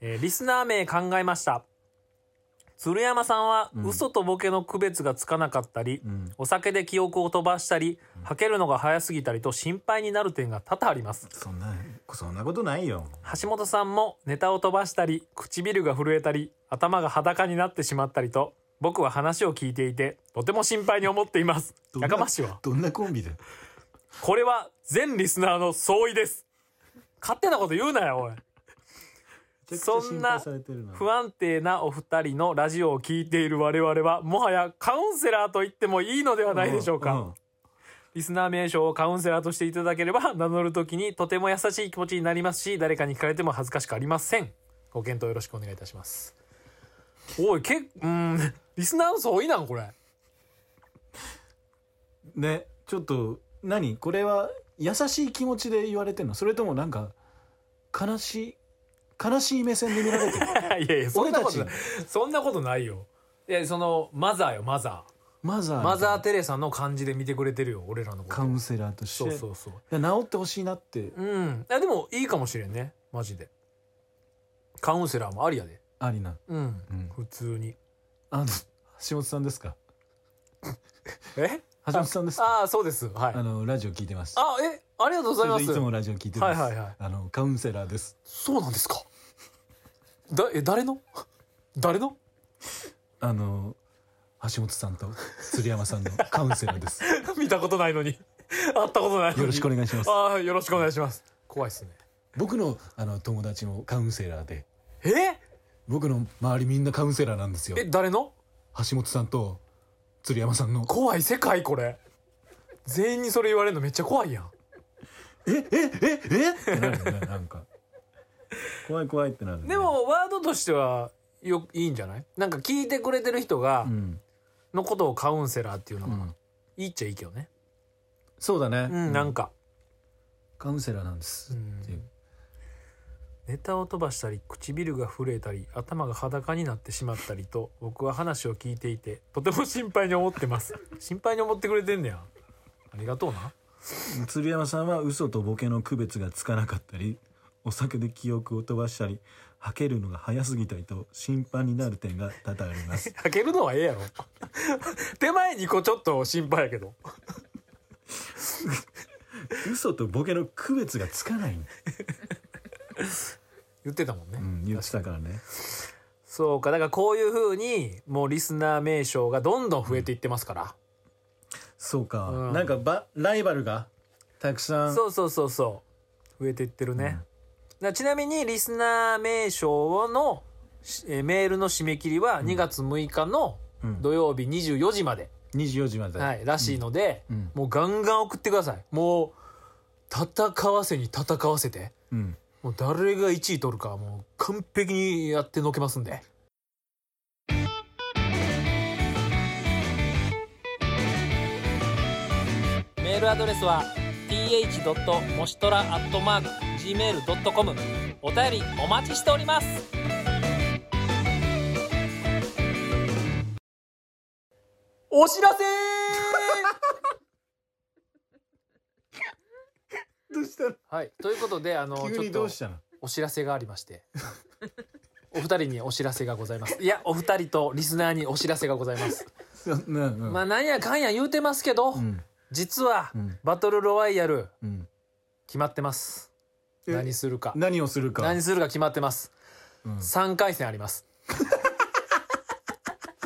S3: えーリスナー名考えました。鶴山さんは
S1: うん
S3: 嘘とボケの区別がつかなかったり、
S1: うん
S3: お酒で記憶を飛ばしたり、吐けるのが早すぎたりと心配になる点が多々あります。
S1: そんなそんなことないよ
S3: 橋本さんもネタを飛ばしたり唇が震えたり頭が裸になってしまったりと僕は話を聞いていてとても心配に思っています
S1: どん
S3: や
S1: な
S3: かましいわ
S1: どんなコンビで
S3: これは全リスナーの相違です勝手なこと言うなよおい
S1: めちゃくちゃ
S3: そ
S1: 心
S3: んな
S1: 配されてるな
S3: 不安定なお二人のラジオを聞いている我々はもはやカウンセラーと言ってもいいのではないでしょうか、
S1: んん
S3: リスナー名称をカウンセラーとしていただければ名乗るときにとても優しい気持ちになりますし誰かに聞かれても恥ずかしくありませんご検討よろしくお願いいたしますおいけっうんリスナーの相違なん これ
S1: ねちょっと何これは優しい気持ちで言われてんのそれともなんか悲しい悲しい目線で見られてる
S3: いやい やそん
S1: 俺
S3: な
S1: た
S3: こと
S1: ち
S3: ないそんなことないよいやそのマザーよマザ
S1: マザー
S3: ーマザーテレサの感じで見てくれてるよ俺らのこと
S1: カウンセラーとして
S3: そうそうそう
S1: いや治ってほしいなって
S3: うんいやでもいいかもしれんねマジでカウンセラーもありやで
S1: ありな、
S3: うん
S1: うん、
S3: 普通に
S1: あの橋本さんですか
S3: え
S1: 橋本さんですか
S3: ああそうですはい
S1: あのラジオ聞いてます
S3: あ、え、ありがとうございます。
S1: それでいつもラジオ聞いてます、
S3: はいはいはい
S1: あのカウンセラーです
S3: そうなんですか。だ、え、誰の誰の
S1: あの橋本さんと鶴山さんのカウンセラーです
S3: 見たことないのに。 会ったことないのに。
S1: よろしくお願いします
S3: ああ、よろしくお願いします。怖いっすね。
S1: 僕のあの友達もカウンセラーで
S3: え
S1: 僕の周りみんなカウンセラーなんですよ
S3: え、誰の
S1: 橋本さんと鶴山さんの
S3: 怖い世界これ。全員にそれ言われるのめっちゃ怖いやん。
S1: ええええってなるよねなんか 怖い怖いってなる、ね、
S3: でも、ワードとしては、よ、いいんじゃないなんか聞いてくれてる人が
S1: う、ん、
S3: のことをカウンセラーっていうの
S1: う
S3: が、
S1: ん、
S3: いいっちゃいいけどね。
S1: そうだね、
S3: うん、なんか。
S1: カウンセラーなんです、
S3: うん
S1: っていう
S3: ネタを飛ばしたり唇が震えたり頭が裸になってしまったりと僕は話を聞いていてとても心配に思って ます心配に思ってくれてんねやありがとうな
S1: 鶴山さんは嘘とボケの区別がつかなかったりお酒で記憶を飛ばしたり吐けるのが早すぎたりと心配になる点が多々あります
S3: 開けるのはええやろ 手前にこうちょっと心配やけど
S1: 嘘とボケの区別がつかない、
S3: 言ってたもんね、
S1: うん、言ってたからね
S3: そうかだからこういう風にもうリスナー名称がどんどん増えていってますから、
S1: そうか、
S3: うん
S1: なんかばライバルがたくさん
S3: そうそうそうそう増えていってるね、だからちなみにリスナー名称のしえーメールの締め切りは2月6日の
S1: うん
S3: 土曜日24時まで、
S1: 24時まで、
S3: はい、らしいので、
S1: うん
S3: もうガンガン送ってくださいもう戦わせに戦わせて
S1: うん、
S3: もう誰が1位取るかもう完璧にやってのけますんでメールアドレスは th. もしとら .gmail.com お便りお待ちしておりますお知らせ
S2: どうしたの
S3: はい、ということで、あの、
S2: 急
S3: ちょっ
S2: にど
S3: と
S2: うしたの
S3: お知らせがありまして。お二人にお知らせがございます。いや、お二人とリスナーにお知らせがございます。
S1: そんなうん
S3: まあ、なんやかんや言うてますけど、
S1: うん
S3: 実は、
S1: うん
S3: バトルロワイヤル
S1: うん
S3: 決まってます。
S2: え
S3: 何するか。
S1: 何をするか
S3: 何するか決まってます。
S1: うん
S3: 三回戦あ ります。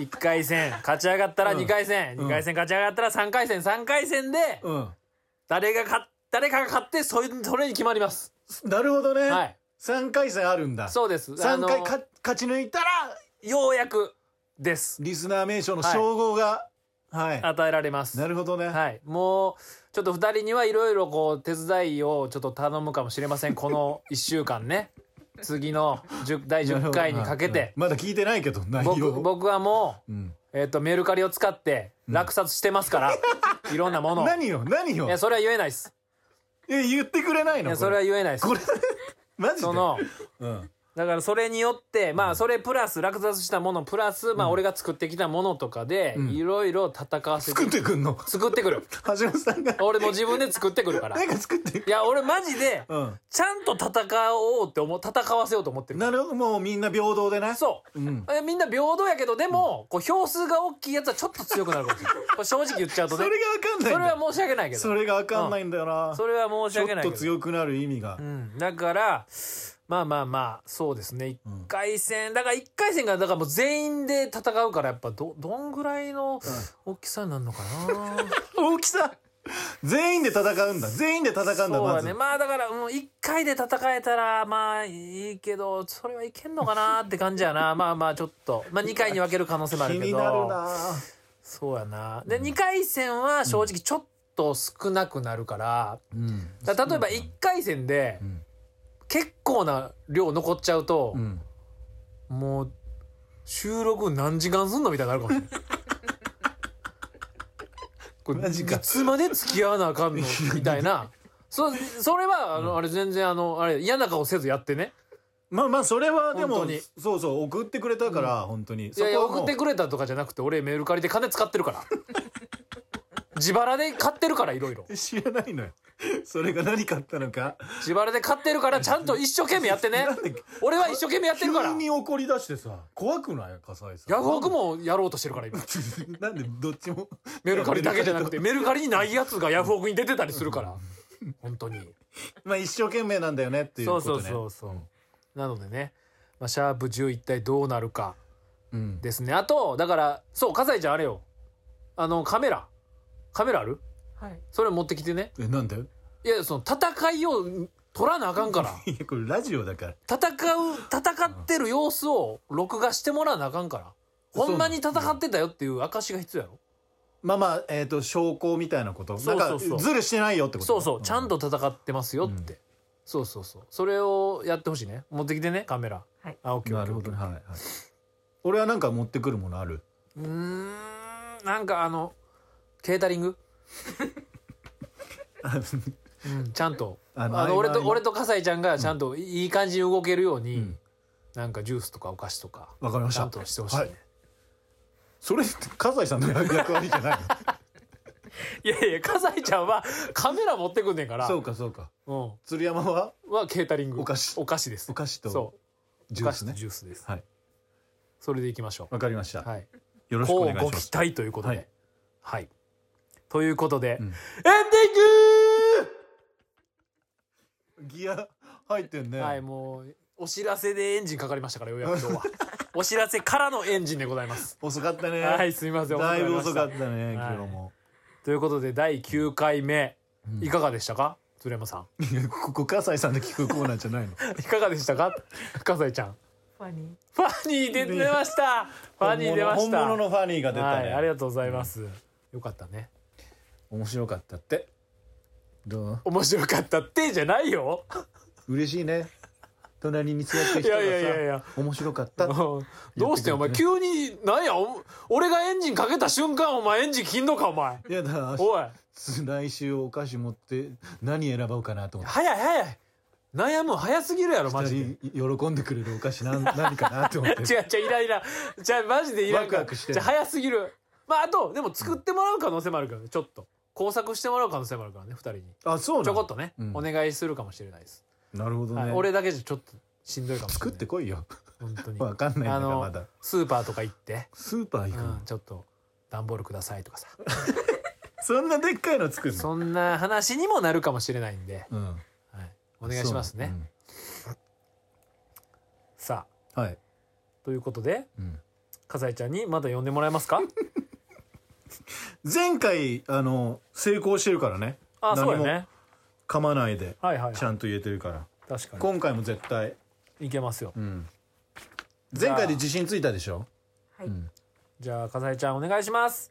S3: 一回戦勝ち上がったら
S1: うん
S3: 二回戦、
S1: う
S3: 二、
S1: ん
S3: 回戦勝ち上がったら三回戦、三回戦で
S1: うん、
S3: 誰が勝っ誰かが勝ってそれそれに決まります。
S2: なるほどね、
S3: はい、
S2: 三3回戦あるんだ
S3: そうです。あ
S2: 三
S3: の
S2: 回か勝ち抜いたら
S3: ようやくです。
S2: リスナー名称の称号がはい、
S3: 与えられます。
S2: なるほどね、
S3: はい。もう、ちょっと二人にはいろいろこう、手伝いをちょっと頼むかもしれ ません。この一週間ね。次の10第10回にかけ
S2: うん
S3: て。
S2: まだ聞いてないけど内
S3: 僕、
S2: 容
S3: 僕はも
S1: うん、
S3: う、えっ、と、メルカリを使って落札してま すから。いろんなものを。い
S2: 何よ何よ
S3: や、それは言えないです。
S2: え言ってくれない
S3: い
S2: の
S3: や、
S2: こ
S3: それ
S2: れ
S3: は言えないです
S2: こ。れマジで
S3: その、
S1: うん
S3: だからそれによってまあそれプラス落札したものプラスまあ俺が作ってきたものとかで
S1: うん
S3: いろいろ戦わせて
S1: 作ってくんの。
S3: 作ってくる
S1: 橋本さ んが。
S3: 俺も自分で作ってくるから
S1: なん
S3: い
S1: か作ってく
S3: や俺マジで
S1: うん。
S3: ちゃんと戦おうって思う戦わせようと思ってる
S1: なるほど、もうみんな平等でね。
S3: そ
S1: う。
S3: う
S1: うん。
S3: えみんな平等やけどでもこう票数が大きいやつはちょっと強くなるかもしれ ないこれ正直言っちゃうと
S1: そ
S3: ね
S1: れがわかんないんだ
S3: そ
S1: よ
S3: れは申し訳ないけど
S1: それがわかんないんだよな。
S3: それは申し
S1: ちょ
S3: 訳
S1: っ
S3: ないけ
S1: と
S3: ど
S1: 強くなる意味が
S3: う。ん、だからまあまあまあそうですね1回戦、だから1回戦がだからもう全員で戦うからやっぱどどんぐらいの大きさになるのかな、
S1: 大きさ全員で戦うんだ。全員で戦うんだ、
S3: そう
S1: ま
S3: だ
S1: ず
S3: ね。まあだから、うん、1回で戦えたらまあいいけどそれはいけんのかなって感じやなまあまあちょっと、まあ、2回に分ける可能性もあ
S1: 気
S3: るけ
S1: に
S3: ど
S1: なるな
S3: そうやなで2回戦は正直ちょっと少なくなるから,、
S1: うん。
S3: 例えば1回戦で
S1: ん
S3: 結構な量残っちゃうと、
S1: うん。
S3: もう収録何時間すんのみたいになるかもしれ ないこれ
S1: マ
S3: い
S1: ジか
S3: つまで付き合わなあかんのみたいな そそれはあの、あれ全然あのあれ嫌な顔せずやってね
S1: まあまあ、それはでも
S3: 本当に、
S1: そうそう、送ってくれたから、本当に。
S3: いやいや
S1: そこは
S3: 送
S1: もう
S3: ってくれたとかじゃなくて俺メルカリで金使ってるから 自腹で買ってるからいろいろ
S1: 知らないのよ。 それが何かあったのか。
S3: 自腹で買ってるからちゃんと一生懸命やってね
S1: なんで
S3: 俺は一生懸命やってるから
S1: 急に怒り出してさ、怖くない笠井さん。
S3: ヤフオクもやろうとしてるから今
S1: なんでどっちも。
S3: メルカリだけじゃなくてメルカリにないやつがヤフオクに出てたりするから本当に。
S1: まあ一生懸命なんだよねっていう
S3: そ
S1: こ
S3: うそ
S1: と
S3: う
S1: ね。
S3: そうそうなのでね、まあ、シャープ10一体どうなるか
S1: うん。
S3: ですねあとだからそう笠井ちゃんあれよあのカメラカメラある
S4: はい
S3: それ持ってきてね
S1: え、 なんだよ。
S3: いやその戦いを撮らなあかんから
S1: いや、これラジオだから。
S3: 戦う戦ってる様子を録画してもらわなあかんから
S1: そう
S3: ほんまに戦ってたよっていう証が必要やろ
S1: まあまあ、えっ、と、証拠みたいなこと。
S3: そうそうそう
S1: なんか、ズルしてないよってこと
S3: そ
S1: ね、
S3: うそうちゃん
S1: と。
S3: と戦ってますよって、そうそうそうそれをやってほしいね持ってきてねカメラ
S4: はい
S3: あオッケーオ
S1: な
S3: ッケ
S1: る
S3: ー
S1: ほ
S3: オッケ
S1: ど
S3: ー
S1: ね。はい、はい。俺はなんか持ってくるものある
S3: うーんなんかあのケータリング、うん、ちゃんとあ
S1: あ
S3: の
S1: の
S3: 俺
S1: 合間合
S3: と
S1: 間
S3: 俺と笠井ちゃんがちゃんといい感じに動けるように、
S1: うん
S3: なんかジュースとかお菓子とか
S1: わかりまし
S3: ちゃ
S1: た
S3: ん。としてほしい、ね
S1: はいそれ、笠井さんの役割 じゃない
S3: い、やいや笠井ちゃんは カメラ持ってくんねんから
S1: のそうか、そうか。
S3: うん、
S1: 鶴山は
S3: はケータリング
S1: お菓子
S3: お菓子です
S1: お菓子と
S3: そう
S1: ジュース
S3: お
S1: ね。
S3: 菓子とジュースです
S1: はい。
S3: それでいきましょ
S1: わかりました。
S3: うはい
S1: よろしくお
S3: こ
S1: 願い
S3: う
S1: し
S3: ご
S1: ま
S3: 期
S1: す。
S3: 待ということでは
S1: はいい、
S3: ということで、
S1: うん
S3: エンディング
S1: ギア入ってんね。
S3: はい、もう、お知らせでエンジンかかりましたから、ようやく 今日は。お知らせからのエンジンでございます。
S1: 遅かったね。
S3: はい、すみません。
S1: だいぶ
S3: 遅
S1: 遅
S3: くな
S1: か
S3: り
S1: っ
S3: ました
S1: ね、
S3: は
S1: 今
S3: い
S1: 日も。
S3: たということで、第9回目、
S1: うん
S3: いかがでしたか鶴山さん。
S1: いやここ、笠井さんの聞くコーナーじゃないの。
S3: いかがでしたか笠井ちゃん。
S4: ファニ
S3: ファニー出てましたファニー出まし
S1: 本
S3: た
S1: 物本物のファニーが出た
S3: はい、あり
S1: ね。
S3: がとうございます。よかったね。
S1: 面白かったって。どう
S3: 面白かったってじゃな いよ。
S1: 嬉しいね。隣に座ってる人がさ、
S3: いやいやいやいや
S1: 面白かっ
S3: う
S1: た
S3: ん。どうしてんお前急に、なんや、お俺がエンジンかけた瞬間、お前エンジン切んのか、お前。
S1: いやだ、
S3: おい。
S1: 来週お菓子持って何選ぼうかなと思って。
S3: 早い早い悩むの早すぎるやろマジで違う
S1: 二人喜んでくれるお菓子 なん何かなと思って。
S3: 違うイライラじゃあマジでイラ
S1: ワクワクしてる
S3: じゃあ早すぎるまああとでも作ってもらう可能性もあるからねちょっと工作してもらう可能性もあるからね2人に
S1: あ、そう
S3: ち
S1: な
S3: ょこっ
S1: の
S3: とね、
S1: うん
S3: お願いするかもしれないです、
S1: なるほど
S3: はい
S1: ね。
S3: 俺だけじゃちょっとしんどいかもしれ
S1: 作
S3: な
S1: っ
S3: い
S1: てこいよ。
S3: 本当に
S1: わかんないんだ
S3: あ
S1: から
S3: の
S1: まだ。
S3: スーパーとか行って、
S1: スーパー行く
S3: う
S1: の
S3: ん、ちょっと段ボールくださいとかさ
S1: そんなでっかいの作るの
S3: そんな話にもなるかもしれないんで、
S1: うん。
S3: はい、お願いしますね、さあ
S1: そう。うんはい。
S3: ということで
S1: うん
S3: 笠井ちゃんにまた呼んでもらえま すか
S1: 前回、あの、成功してるからね。
S3: あそうや
S1: 何も
S3: ね
S1: 噛まないで、
S3: はいはい、はい、
S1: ちゃんと言えてるから。
S3: 確かに
S1: 今回も絶対。
S3: いけますよ
S1: うん。
S3: じゃあ
S1: 前回で自信ついたでしょ
S4: ーはい、
S1: うん
S3: じゃあかさえちゃんお願いします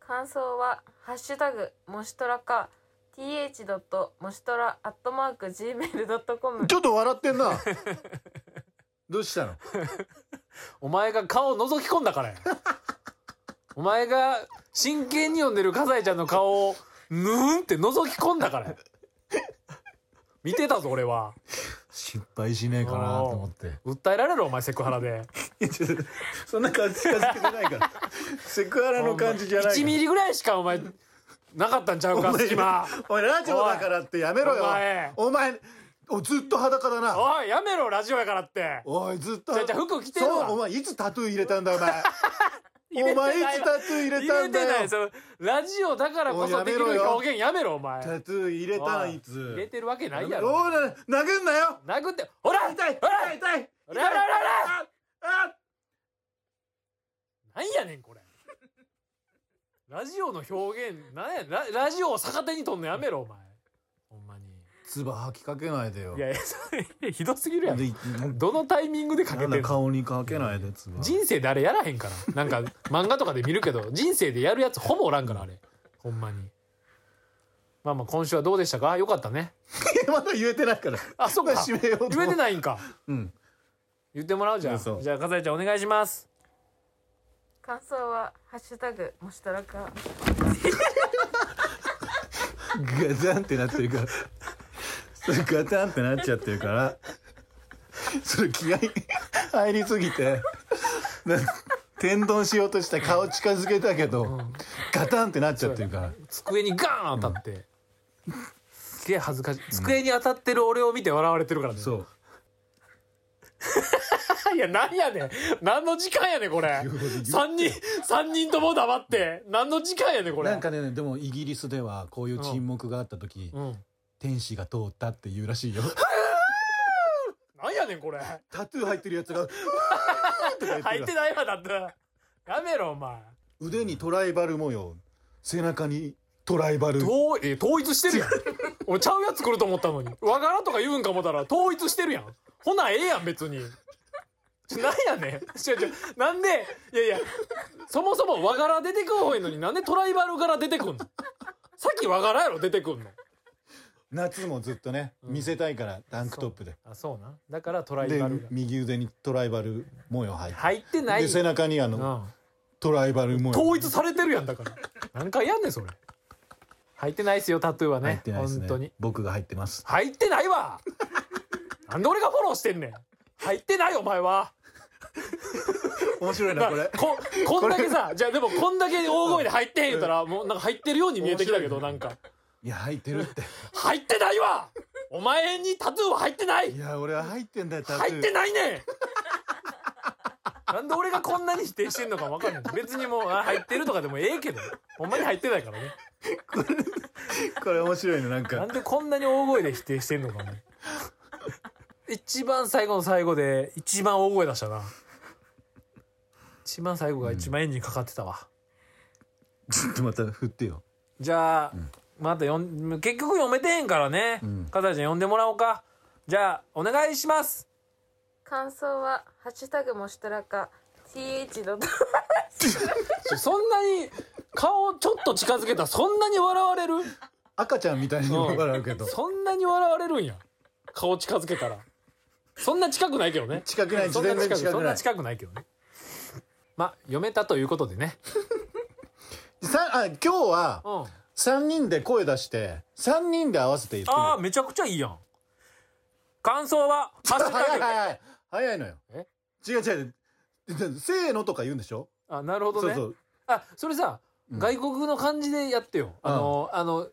S4: 感想は「ハッシュタグもしとら」か th. もしとら @gmail.com
S1: ちょっと笑ってん な。どうしたの
S3: お前が顔を覗き込んだからや お前が真剣に読んでるかさえちゃんの顔をぬーんって覗き込んだからや見てたぞ俺は
S2: 失敗しねえかなと思って。
S3: 訴えられるお前セクハラで
S2: いやちょっとそんな感じ近づけてないから。セクハラの感じじゃないから。
S3: 1ミリぐらいしかお前なかったんちゃうか隙間
S2: おいラジオだからってやめろよ
S3: お前
S2: お前おずっと裸だな
S3: おいやめろラジオやからって
S2: おいずっと
S3: じゃあじゃあ服着てる
S2: そ
S3: わ
S2: うお前いつタトゥー入れたんだお 前お前いつタトゥー入れ
S3: 入
S2: た
S3: れ
S2: んだ
S3: て
S2: よ
S3: ないそのラジオだからこそでき
S2: おいやめろ
S3: る
S2: よ
S3: 表現やめろお前
S2: タトゥー入れたんいつ
S3: 入れてるわけないやろ
S2: おいな殴んなよ
S3: 殴ってほら
S2: 痛い
S3: ほ
S2: 痛
S3: ら
S2: い痛い
S3: ほらほらほら
S2: ああ
S3: なんやねんこれラジオの表現なんやララジオを逆手に取んのやめろお前ほんまに
S2: 唾吐きかけないでよ
S3: いやいやそれひどすぎるやん
S2: でなん
S3: どのタイミングでかけてん
S2: だ
S3: の
S2: 顔にかけないで唾
S3: 人生であれやらへんからなんか漫画とかで見るけど人生でやるやつほぼおらんからあれほんまにまあまあ今週はどうでしたかよかったね
S2: まだ言えてないから
S3: あそっか
S2: まだ
S3: 言
S2: 締めようと思
S3: えてないんか
S2: うん
S3: 言ってもらうじゃん
S2: そう
S3: じゃあかさえちゃんお願いします
S4: 感想はハッシュタグもしとらか
S2: ガタンってなってるからそれガタンってなっちゃってるからそれ気合い入りすぎてな天丼しようとして顔近づけたけど、ガタンってなっちゃってるから
S3: 机にガーン当たって、すげえ恥ずかしい机に当たってる俺を見て笑われてるからね、
S2: そう
S3: いや、なんやねん。何の時間やねん、これ。三人、三人とも黙って。何の時間やねん、これ。
S2: なんかねでもイギリスではこういう沈黙があった時、
S3: うん。
S2: 天使が通ったっていうらしいよ
S3: なんやねん、これ。
S2: タトゥー入ってるやつが「うーん」とか言って
S3: 入
S2: る
S3: ってないわ、だって。やめろ、お前。
S2: 腕にトライバル模様背中にトライバル
S3: 統え統一してるや ん。俺ちゃうやつ来ると思ったのに。わからんとか言うんか思ったら、統一してるやん。ほな、ええやん、別に。ちょなんやねん。違う違う。なんで、いやいや、そもそも和柄出てくん方がいいのになんでトライバル柄出てくんのさっき和柄やろ、出てくんの。
S2: 夏もずっとね見せたいからタンクトップで
S3: あ、そうな。だからトライ
S2: で
S3: バル柄。
S2: 右腕にトライバル模様入って、
S3: 入ってない。
S2: で背中にあの、
S3: う
S2: トライバル模
S3: ん、
S2: 様
S3: 統一されてるやんだから何回やんねんそれ入ってないっすよタトゥーはね
S2: 入ってないです
S3: 本当に
S2: ね僕が入ってます
S3: 入ってないわなんで俺がフォローしてんねん入ってないお前は
S2: 面白い
S3: だからここんだけさじゃあでもこんだけ大声で入ってへん言ったらもうなんか入ってるように見えてきたけど
S2: 面白
S3: ないん
S2: ね
S3: か
S2: いや入ってるって
S3: 入ってないわお前にタトゥーは入ってない
S2: いや俺は入ってんだよタトゥー
S3: 入ってないねんなんで俺がこんなに否定してんのか分かんない別にもうあ入ってるとかでもええけどほんまに入ってないからね
S2: これ面白いのなん
S3: な
S2: か
S3: んでこんなに大声で否定してんのかね。一番最後の最後で、一番大声出したな。一番最後が一番エンジンかかってたわ。
S2: ちょっとまた振ってよ
S3: じゃあ、また読ん、結局読めてへんからね。かたちゃん読んでもらおうか。じゃあ、お願いします。
S4: 感想はハッシュタグもしとらか th ドット
S3: ちょそんなに、顔ちょっと近づけたらそんなに笑われる
S2: 赤ちゃんみたいに笑うけど
S3: そんなに笑われるんや。顔近づけたら。そんな近くないけどね。
S2: 近くない
S3: そんな
S2: 全然
S3: 近く、
S2: 近
S3: そ
S2: く
S3: ん
S2: な
S3: ない近くないけどね。まあ、読めたということでね。
S2: さあ今日は
S3: うん。
S2: 3人で声出して3人で合わせて言ってみ
S3: ああ、
S2: よ
S3: めちゃくちゃいいやん。感 想は、ハッ
S2: う
S3: シュ
S2: 早い
S3: タグ。
S2: 早い早いのよ
S3: え
S2: 違う違うせーのとか言うんでしょ
S3: あ、なるほど
S2: そう
S3: ね。
S2: そう
S3: あ、それさ、外国の感じでやってよ。あの、あの、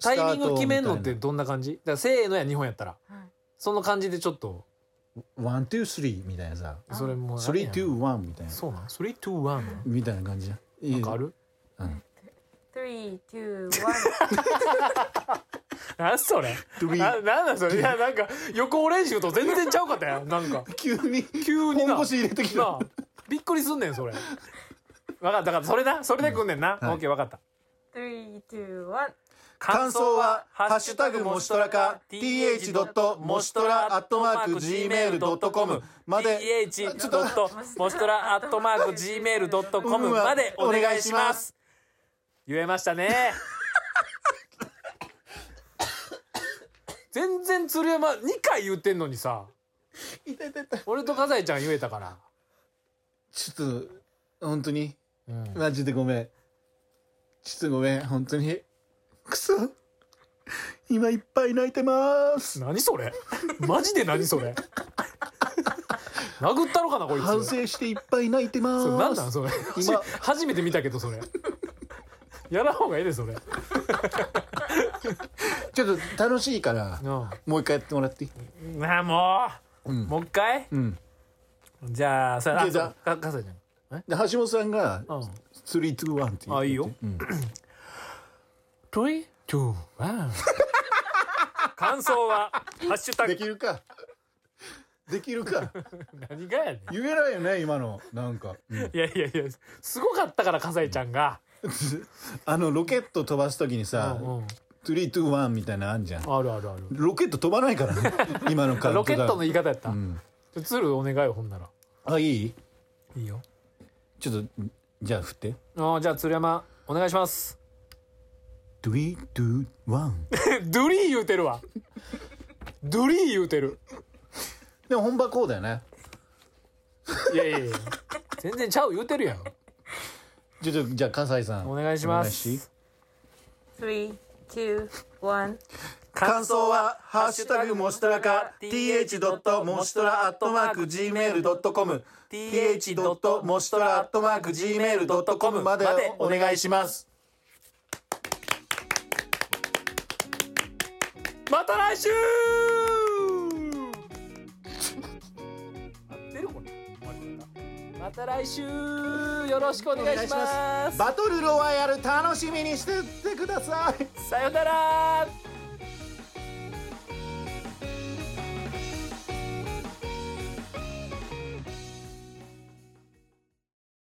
S3: タイミング決めんのってどんな感じだから、せーのや日本やったら
S4: はい。
S3: その感じでちょっと、
S2: ワン、ツー、スリーみたいなさ。
S3: それもう。
S2: スリー、ツー、ワンみたいな。
S3: そうなん ?3、2、1。
S2: みたいな感じじゃん。い
S3: ないんかある
S4: 321
S3: なんそれ
S2: ー
S3: な、なんだそれいや、なんか、予行練習と全然ちゃうかったやん。なんか。
S2: 急に、
S3: 急にな
S2: 本腰入れてき
S3: な
S2: た
S3: あ。びっくりすんねん、それ。分かった、だからそれな。それでくんねんな。オ
S2: はい
S3: ッケー、分かった。
S4: 321
S2: 感想はハッシュタグもしとらか th. もしとら at mark gmail.com まで
S3: th. もしとら at mark gmail.com までお願いします言えました ね全然鶴山2回言ってんのにさ俺と笠井ちゃん言えたから
S2: ちょっと、本当に、
S3: ん
S2: マジでごめん。ちょっとごめん、本当に。くそ。今いっぱい泣いてます
S3: 何それ マジで何それ殴ったのかなこいつ
S2: 反省していっぱい泣いてま
S3: それ何
S2: す
S3: なんそれ
S2: 今
S3: 初めて見たけどそれやらんほうがいいでそれ
S2: ちょっと楽しいから
S3: な
S2: もう一回やってもらっていい
S3: あもう、
S2: うん
S3: もう一回
S2: うん
S3: じゃあさあ
S2: じゃあ
S3: そうかかさちゃん
S2: で橋本さんが
S3: うん
S2: 「スリーツーワン」って言って
S3: あいいよ
S2: うん
S3: 3 2 1感想は「ハッシュタ
S2: で
S3: グ
S2: きるかできるか」
S3: 何がやねん
S2: 言えないよね今のなんか、うん
S3: いやいやいやすごかったから笠井ちゃんが、
S2: あのロケット飛ばす時にさ
S3: うんうん
S2: 「スリーツーワン」みたいなのあんじゃん
S3: あるあるある
S2: ロケット飛ばないからね今のカウン
S3: ロ
S2: ト
S3: ケ
S2: ダウ
S3: ッ
S2: ン
S3: トの言い方やった、
S2: うん
S3: 鶴お願いよほんなら
S2: あいい
S3: いいよ
S2: ちょっとじゃあ振って
S3: あーじゃあ鶴山お願いします
S2: 「ドゥイドゥワン
S3: ドゥリー言うてるわドゥリー言うてる」
S2: でも本場こうだよね
S3: いやいやいや全然ちゃう言うてるやん
S2: ちょっとじゃあ葛西さん
S3: お願いします
S2: お願いし
S4: 3 2 1
S2: 感想は「ハッシュタグもしとらか」「th. もしとら」「アットマーク gmail.com」「th. もしとら」「アットマーク gmail.com」までお願いします
S3: また 来週合ってるこれまた来週よろしくお願いします
S2: バトルロワイヤル楽しみにしてってください
S3: さよなら